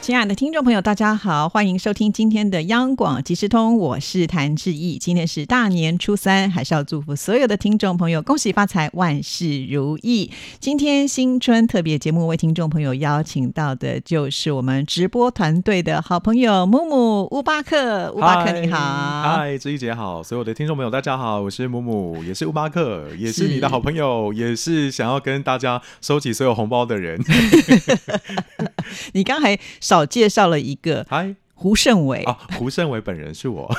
亲爱的听众朋友，大家好，欢迎收听今天的央广即时通，我是谭志毅。今天是大年初三，还是要祝福所有的听众朋友，恭喜发财，万事如意。今天新春特别节目为听众朋友邀请到的就是我们直播团队的好朋友木木乌巴克，乌巴克你好。嗨，知怡姐好，所有的听众朋友大家好，我是母 母，也是乌巴克，也是你的好朋友，也是想要跟大家收集所有红包 的人。你刚才少介绍了一个嗨，胡胜 伟，啊，胡胜伟本人是 我，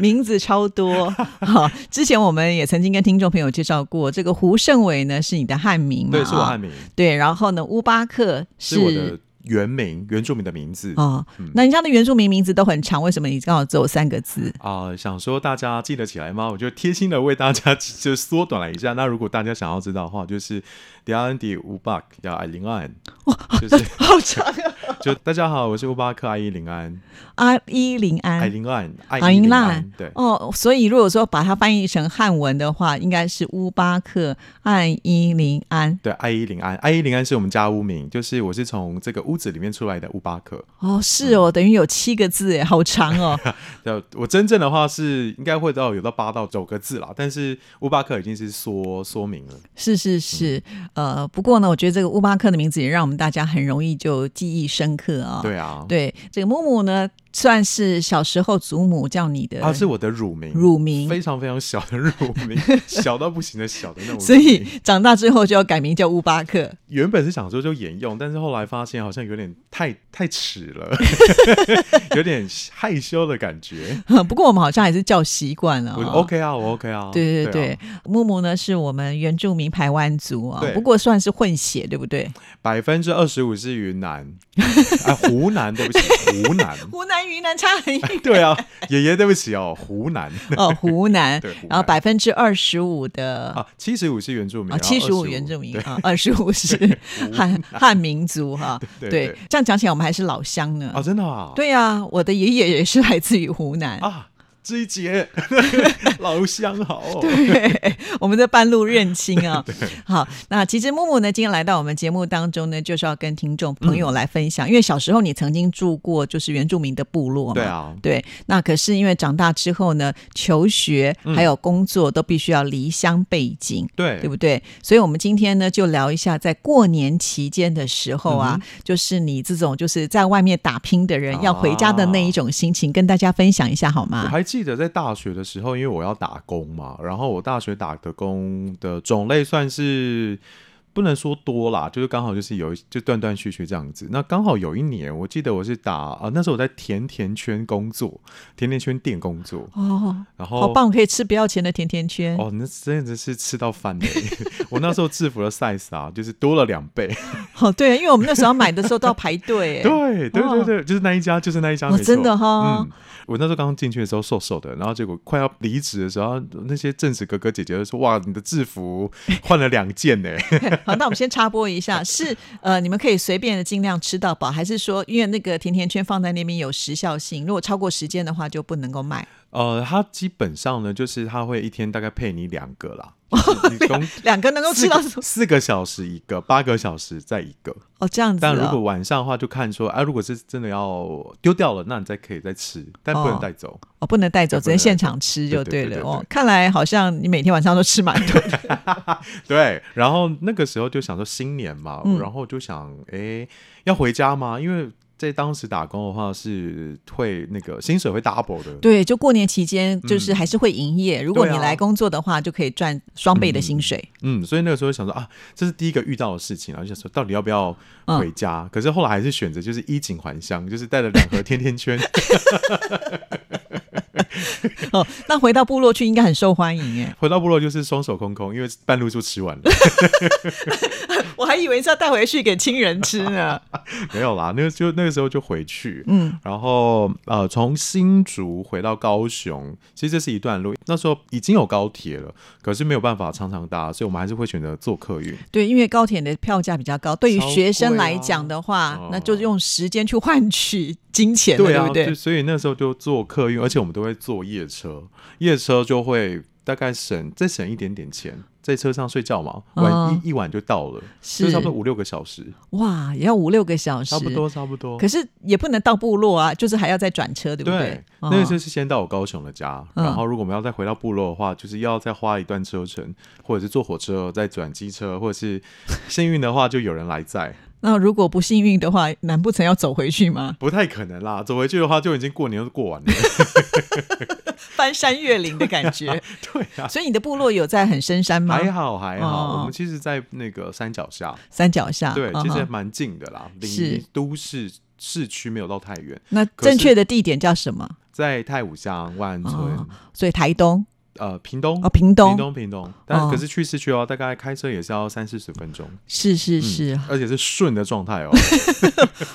名字超多。好，之前我们也曾经跟听众朋友介绍过，这个胡胜伟呢是你的汉名嘛？对，是我啊汉名，对，然后呢，乌巴克是是我的嗯原名，原住民的名字。哦，那人家的原住民名字都很长，为什么你刚好只有三个字？啊、想说大家记得起来吗？我就贴心的为大家就缩短了一下。那如果大家想要知道的话，就是 d i a n d i u b a k 叫艾林安，哦就是好长 就大家好，我是乌巴克艾伊林安，啊！伊林艾安，林安，艾阿伊林兰安，对，哦，所以如果说把它翻译成汉文的话，应该是乌巴克按伊林安。对，艾依林安，艾依林安是我们家屋名，就是我是从这个屋子里面出来的乌巴克。哦，是嗯哦，等于有七个字哎，好长 哦。呃，我真正的话是应该会到有到八到九个字啦，但是乌巴克已经是缩缩名了。是是是，嗯呃，不过呢，我觉得这个乌巴克的名字也让我们大家很容易就记忆深刻啊、对啊，对，这个木木呢，算是小时候祖母叫你的啊，是我的乳名，乳名，非常非常小的乳名， 小到不行的小的那种。所以，长大之后就要改名叫乌巴克。 原本是想说就沿用，但是后来发现好像有点太太耻 了，有点害羞的感觉。不过我们好像还是叫习惯了、我哦。 OK 啊，我 OK 啊。对对啊对，木木呢是我们原住民排湾族啊对，不过算是混血，对不 对？百分之二十五是云南， 啊，湖南，对不起，湖 南，湖南、云南差很 远对啊，爷爷，对不起哦，湖南，哦，湖南，对，湖南然后百分之二十五的啊，七十五是原住啊，民，然后七十五25原住民对啊，二十 五是汉汉民族哈。对对，这样讲起来我们还是老乡呢啊，。真的啊，对呀，我的爷爷也是来自于湖南。啊，这一节 老乡好哦，对， 我们在半路认亲 啊。好，那其实木木呢，今天来到我们节目当中呢，就是要跟听众朋友来分享，因为小时候你曾经住过就是原住民的部落嘛。对。啊，对，那可是因为长大之后呢，求学还有工作都必须要离乡背井，对对不对？所以，我们今天呢，就聊一下在过年期间的时候嗯啊，就是你这种就是在外面打拼的啊人、要回家的那一种心情，跟大家分享一下好我吗？还记得在大学的时候，因为我要打工嘛，然后我大学打的工的种类算是不能说多啦，就是刚好就是有一就断断续续这样子。那刚好有一年，我记得我是打啊、呃那时候我在甜甜圈工作，甜甜圈店工作，哦，然后好棒，可以吃不要钱的甜甜圈。哦，那真的是吃到翻的耶。 我那时候制服的 size 啊，就是多了两倍。哦，对，因为我们那时候买的时候都要排 队，哎对对对对，就是那一家，就是那一家，哦没错真的哈嗯，我那时候刚进去的时候瘦瘦的，然后结果快要离职的时候，那些正职哥哥姐姐就说：“哇，你的制服换了两件呢。 好，那我们先插播一下，是呃，你们可以随便的尽量吃到饱，还是说因为那个甜甜圈放在那边有时效性，如果超过时间的话就不能够卖？” 呃，他基本上呢，就是他会一天大概配你两 个啦，就是你从两个能够吃四到个四个小时一个，八个小时再一个。哦这样子、哦。但如果晚上的话，就看说，哎、如果是真的要丢掉了，那你再可以再吃，但不哦能带走。哦不能带走，对只能现场吃不就能带走对了对对对哦对。看来好像你每天晚上都吃 蛮多的对，然后那个时候就想说新年嘛，嗯然后就想，哎，要回家吗？因为在当时打工的话是会那个薪水会 double 的，对，就过年期间就是还是会营业，如果你对啊来工作的话，就可以赚双倍的薪水。嗯，所以那个时候想说啊，这是第一个遇到的事情，然后啊就想说到底要不要嗯回家？可是后来还是选择就是衣锦还乡，就是带了两盒 甜甜圈，哦，那回到部落去应该很受欢迎哎，回到部落就是双手空空，因为半路就吃完了， 我还以为是要带回去给亲人吃呢。没有啦，那个就那个时候就回去，嗯，然后呃，从新竹回到高雄，其实这是一段路。那时候已经有高铁了，可是没有办法常常搭，所以我们还是会选择坐客运。对，因为高铁的票价比较高，对于超贵学生来啊讲的话，哦那就用时间去换取金钱了，对对啊，不对就？所以那时候就坐客运，而且我们都会坐夜车，夜车就会大概省再省一点点钱，在车上睡觉嘛，晚、嗯一一晚就到了，是就差不多五六个小时，哇，也要五六个小时，差不。多差不多。可是也不能到部落啊，就是还要再转车，对不对，哦那个就是先到我高雄的家，嗯然后如果我们要再回到部落的话，就是要再花一段车程，或者是坐火车，再转机车，或者是幸运的话就有人来 载，那如果不幸运的话，难不成要走回去吗？ 不太可能啦。走回去的话就已经过年都过完了，翻山越岭的感觉。对 啊，所以你的部落有在很深山吗？还好还好，哦我们其实，在那个山脚下，山脚下。对，嗯其实还哼蛮近的啦，是离都市市区没有到太远，那可正是确的地点叫什么？在太武乡、万安哦村、所以台东呃屏东哦，。屏东屏东，屏东，但哦可是去市区哦，大概开车也是要三四十分钟。是是嗯是、啊而且是顺的 状态哦。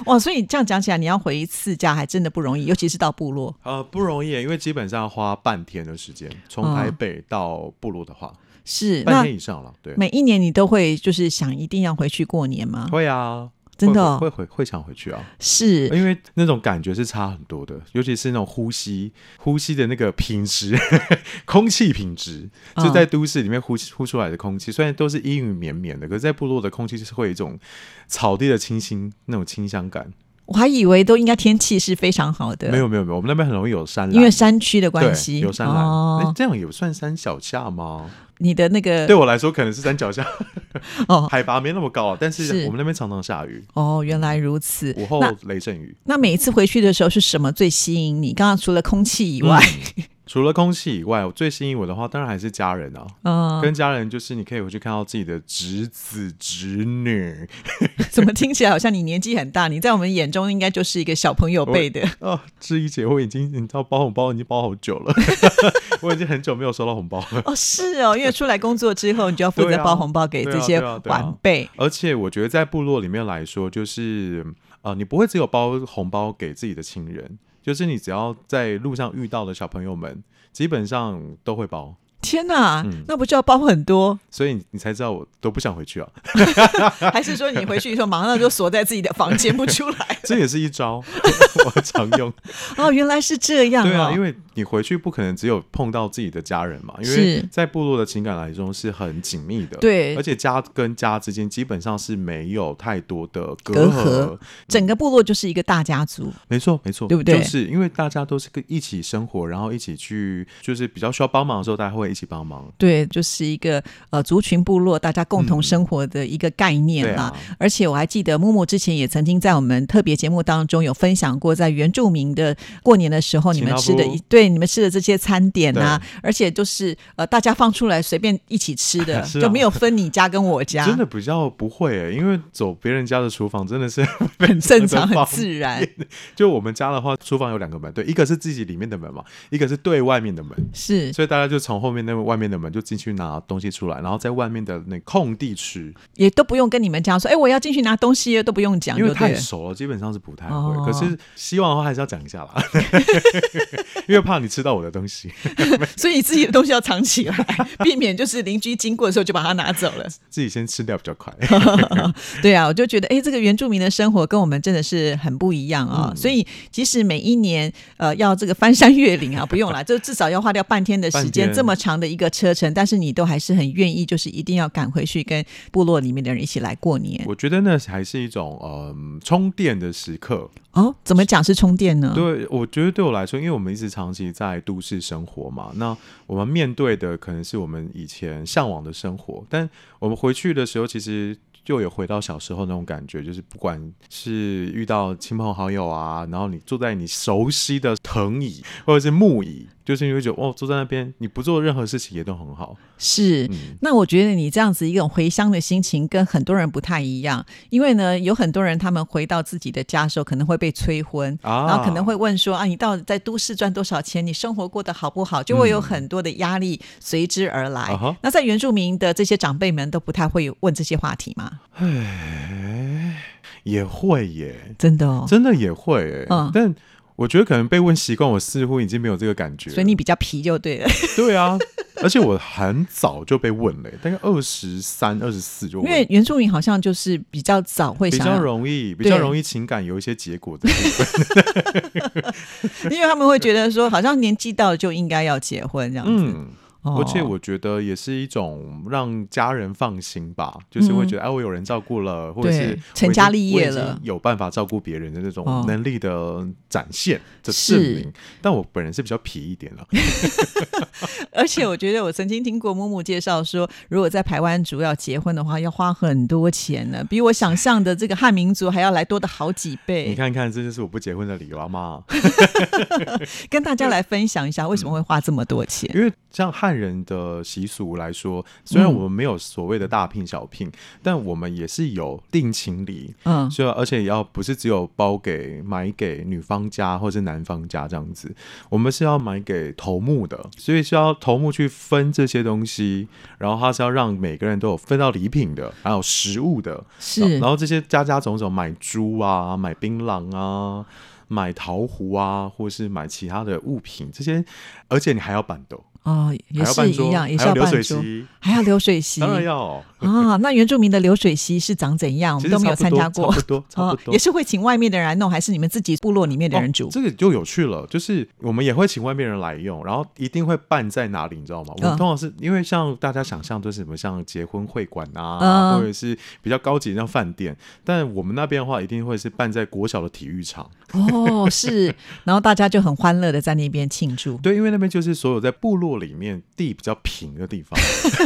哇！所以这样讲起来，你要回一次家还真的不容易，尤其是到部落。呃，不容易，因为基本上要花半天的时间，从台北到部落的话，是嗯半那天以上了。对，每一年你都会就是想一定要回去过年吗？会啊，真的哦会会会会想回去啊，是因为那种感觉是差很多的，尤其是那种呼吸，呼吸的那个品质， 空气品质，嗯就在都市里面呼呼出来的空气，虽然都是阴雨绵绵的，可是在部落的空气就是会有一种草地的清新那种清香感。我还以为都应该天气是非常好的，没，有没有没有，我们那边很容易有山因岚为。山区的关对，系有山岚，哎哦，这样也算山脚下吗？你的那个对我来说可能是山脚下， 哦海拔没那么高啊，但是是我们那边常常下雨，哦，原来如此。午后那雷阵雨。那每一次回去的时候是什么最吸引你？刚刚除了空气以外，嗯除了空气以外，我最吸引我的话，当然还是家人啊。嗯，跟家人就是你可以回去看到自己的侄子侄女 怎么听起来好像你年纪很大？你在我们眼中应该就是一个小朋友辈的。啊，志怡姐，我已经你知道包红包已经包好 久了，我已经很久没有收到红包了。哦，是哦，因为出来工作之后，你就要负责对啊包红包给这些对啊对啊对啊晚辈。而且我觉得在部落里面来说，就是呃，你不会只有包红包给自己的亲人，就是你只要在路上遇到的小朋友们，基本上都会包。天哪，嗯那不就要包很多？所以你你才知道我都不想回去啊， 还是说你回去以后马上就锁在自己的房间不出来？这也是一招， 我常用。 哦，原来是这样、哦。对啊，因为为你回去不可能只有碰到自己的家人嘛，因为是在部落的情感来中是很紧密的，，对而且家跟家之间基本上是没有太多的隔隔阂，阂整个部落就是一个大家族。没错没错，对不对就是因为大家都是跟一起生活，然后一起去，就是比较需要帮忙的时候，大家会一起帮忙。对，就是一个呃族群部落大家共同生活的一个概念对啦。啊，而且我还记得木木之前也曾经在我们特别节目当中有分享过，在原住民的过年的时候，你们吃的请到不对你们吃的这些餐点啊，而且就是呃大家放出来随便一起吃的， 是啊就没有分你家跟我家， 真的比较不会、欸，因为走别人家的厨房真的是 很 正常、常很放自然。就我们家的话，厨房有两个门，对，一个是自己里面的门嘛，一个是对外面的门，是所以大家就从后面那个外面的门就进去拿东西出来，然后在外面的那空地吃，也都不用跟你们家说，哎，我要进去拿东西了，都不用讲，因就对 为太了。熟了，基本上是不太会。哦可是希望的话还是要讲一下啦， 因为怕你吃到我的东西， 所以你自己的东西要藏起来，避免就是邻居经过的时候就把它拿走了。自己先吃掉比较快。对啊，我就觉得，哎，这个原住民的生活跟我们真的是很不一样嗯啊、所以，即使每一年，呃，要这个翻山越岭啊，不用啦，就至少要花掉半天的时半间，天这么长的一个车程，但是你都还是很愿意，就是一定要赶回去跟部落里面的人一起来过年。我觉得那还是一种嗯、充电的时刻。哦，怎么讲是充电呢？对，我觉得对我来说，因为我们一直长期在都市生活嘛，那我们面对的可能是我们以前向往的生活，但我们回去的时候，其实就有回到小时候那种感觉，就是不管是遇到亲朋好友啊，然后你坐在你熟悉的藤椅或者是木椅，就是你会觉得哦，坐在那边你不做任何事情也都很好，嗯是，那我觉得你这样子一种回乡的心情跟很多人不太一样，因为呢，有很多人他们回到自己的家的时候，可能会被催婚，啊然后可能会问说啊，你到底在都市赚多少钱？你生活过得好不好？就会有很多的压力随之而来。嗯啊哈那在原住民的这些长辈们都不太会问这些话题嘛？也会耶，真的哦，真的也会、欸，哦嗯但我觉得可能被问习惯，我似乎已经没有这个感觉了。所以你比较皮就 对了，对啊，而且我很早就被问了、欸大概二十三、二十四就因为问，原住民好像就是比较早会比想较要，容易，比对较容易情感有一些结果的部分。因为他们会觉得说，好像年纪到了就应该要结婚这样子。嗯， 哦而且我觉得也是一种让家人放心吧，就是会觉得哎、我有人照顾了，或者嗯对是成我已家经立我已业经了有办法照顾别人的那哦种能力的展现的是证明。但我本人是比较皮一点了， 而且我觉得我曾经听过木木介绍说，如果在台湾族要结婚的话，要花很多钱 呢，比我想象的这个汉民族还要来多的好几你倍。看看，这就是我不结婚的理由啊妈。跟大家来分享一下，为什么会花这么多钱？ 因为像汉人的习俗来说，虽然我们没有所谓的大聘小聘，但我们也是有定情礼，嗯，所以而且也要不是只有包给买给女方家或是男方家这样子，我们是要买给头目的，所以是要头目去分这些东西，然后他是要让每个人都有分到礼品的，还有食物的，是然后这些家家种种买猪啊，买槟榔啊。买桃核啊，或是买其他的物品，这些，而且你还要板豆，哦，也还要是办桌一样，也是还有流办水桌，席，还要流水席，当然要，啊。那原住民的流水席是长怎样？我其们嗯实都没有参加过哦差。不多， 差不多，差不多也是会请外面的人来弄，还是你们自己部落里面的人煮哦？这个就有趣了，就是我们也会请外面人来用，然后一定会办在哪里，你知道吗？我嗯们通常是因为像大家想象都是什么像结婚会馆啊，嗯或者是比较高级的像饭店，但我们那边的话一定会是办在国小的体育场，哦，是，然后大家就很欢乐的在那边庆祝。对，因为那边就是所有在部落里面地比较平的地方，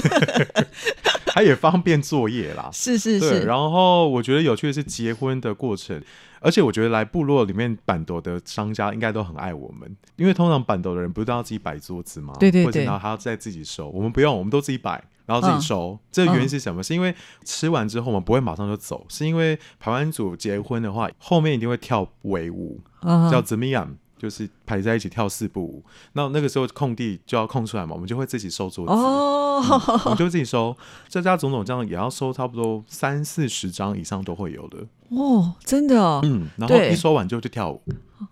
它也方便作业啦，是是对，是，然后我觉得有趣的是结婚的过程，而且我觉得来部落里面板斗的商家应该都很爱我们，因为通常板斗的人不是都要自己摆桌子吗？对对或者对然后还要再自己收，我们不用，我们都自己摆。然后自嗯己收，这个原因是什么？是因为吃完之后我们不会马上就走，是因为排湾组结婚的话，后面一定会跳围舞，嗯叫 z m i a m 就是排在一起跳四步舞。那那个时候空地就要空出来嘛，我们就会自己收桌子。哦，我就自己收，这家种种这样也要收差不多三四十张以上都会有的，哦，真的哦，嗯，然后对一收完就去跳舞，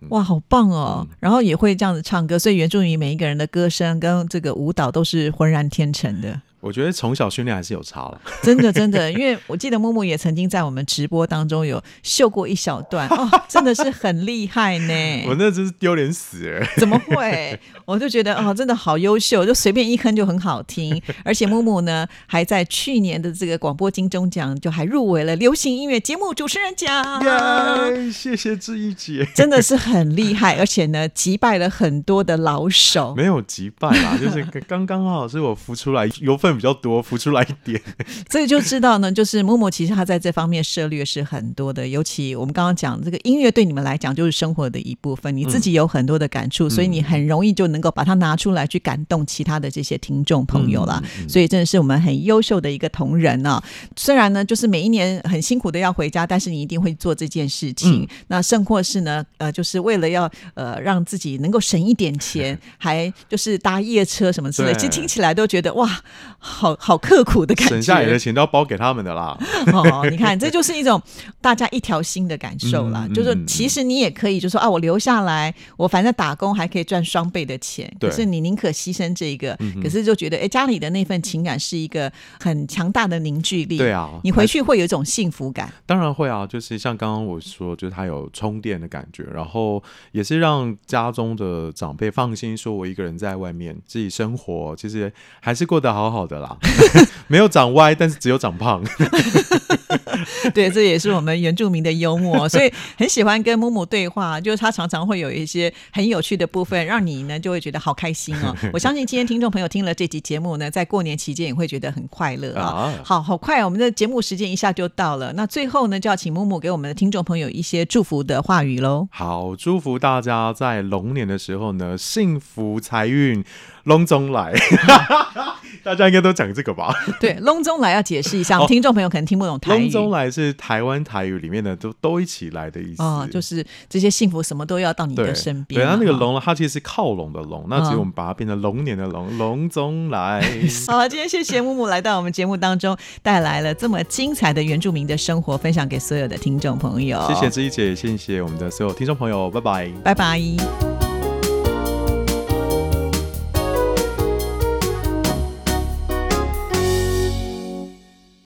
哇，好棒哦！嗯然后也会这样子唱歌，所以原住民每一个人的歌声跟这个舞蹈都是浑然天成 的，我觉得从小训练还是有差了，真的真的。因为我记得木木也曾经在我们直播当中有秀过一小段，哦，真的是很厉害 我呢。那真是丢脸死哎、 怎么会？我就觉得哦，真的好优秀，就随便一哼就很好 听。而且木木呢，还在去年的这个广播金钟奖就还入围了流行音乐节目主持人奖。耶！ 谢谢志毅姐，真的是很厉害，而且呢，击败了很多的老手，没有击败啦，就是刚 刚好是我浮出来油分比较多，浮出来一点，所以就知道呢，就是默默其实他在这方面涉略是很多的，尤其我们刚刚讲这个音乐对你们来讲就是生活的一部分，你自嗯己有很多的感触，所以你很容易就能够把它拿出来去感动其他的这些听众朋友嗯啦。所以真的是我们很优秀的一个同仁啊。虽然呢，就是每一年很辛苦的要回家，但是你一定会做这件事情。嗯那甚或是呢，呃，就是为了要呃让自己能够省一点 钱，还就是搭夜车什么之类，其对实听起来都觉得哇，好好刻苦的感觉。省下来的钱都要包给他们的啦。 哦，你看，这就是一种大家一条心的感受啦。嗯嗯就是嗯其实你也可以就说啊，我留下来，我反正打工还可以赚双倍的钱。可对嗯是你宁可牺牲这一个，可是就觉得哎，家里的那份情感是一个很强大的凝聚力。对啊你回去会有一种幸福感。 当然会啊，就是像刚刚我说，就是它有充电的感觉，然后也是让家中的长辈放心，说我一个人在外面自己生活，其实还是过得好好的啦，没有长歪，但是只有长胖。对，这也是我们原住民的幽 默，所以很喜欢跟木木对话，就是他常常会有一些很有趣的部分，让你呢就会觉得好开心哦。 我相信今天听众朋友听了这集节目呢，在过年期间也会觉得很快乐啊、啊好好快、哦，我们的节目时间一下就到了，那最后呢，就要请木木给我们的听众朋友一些祝福的话语 喽。好，祝福大家在龙年的时候呢，幸福财运隆中来。 大家应该都讲这个吧？对，隆中来要解释一下，听众朋友可能听不懂台龙语。哦中来是台湾台语里面的都都一起来的意思，哦，就是这些幸福什么都要到你对的身边对，嘛。它那个哈龙呢，它其实是靠拢的龙，那只嗯有我们把它变成龙年的龙，龙 中来。好，今天谢谢木木来到我们节目当中，带来了这么精彩的原住民的生活，分享给所有的听众朋友。谢谢，志毅姐，谢谢我们的所有听众朋友，拜拜。拜拜。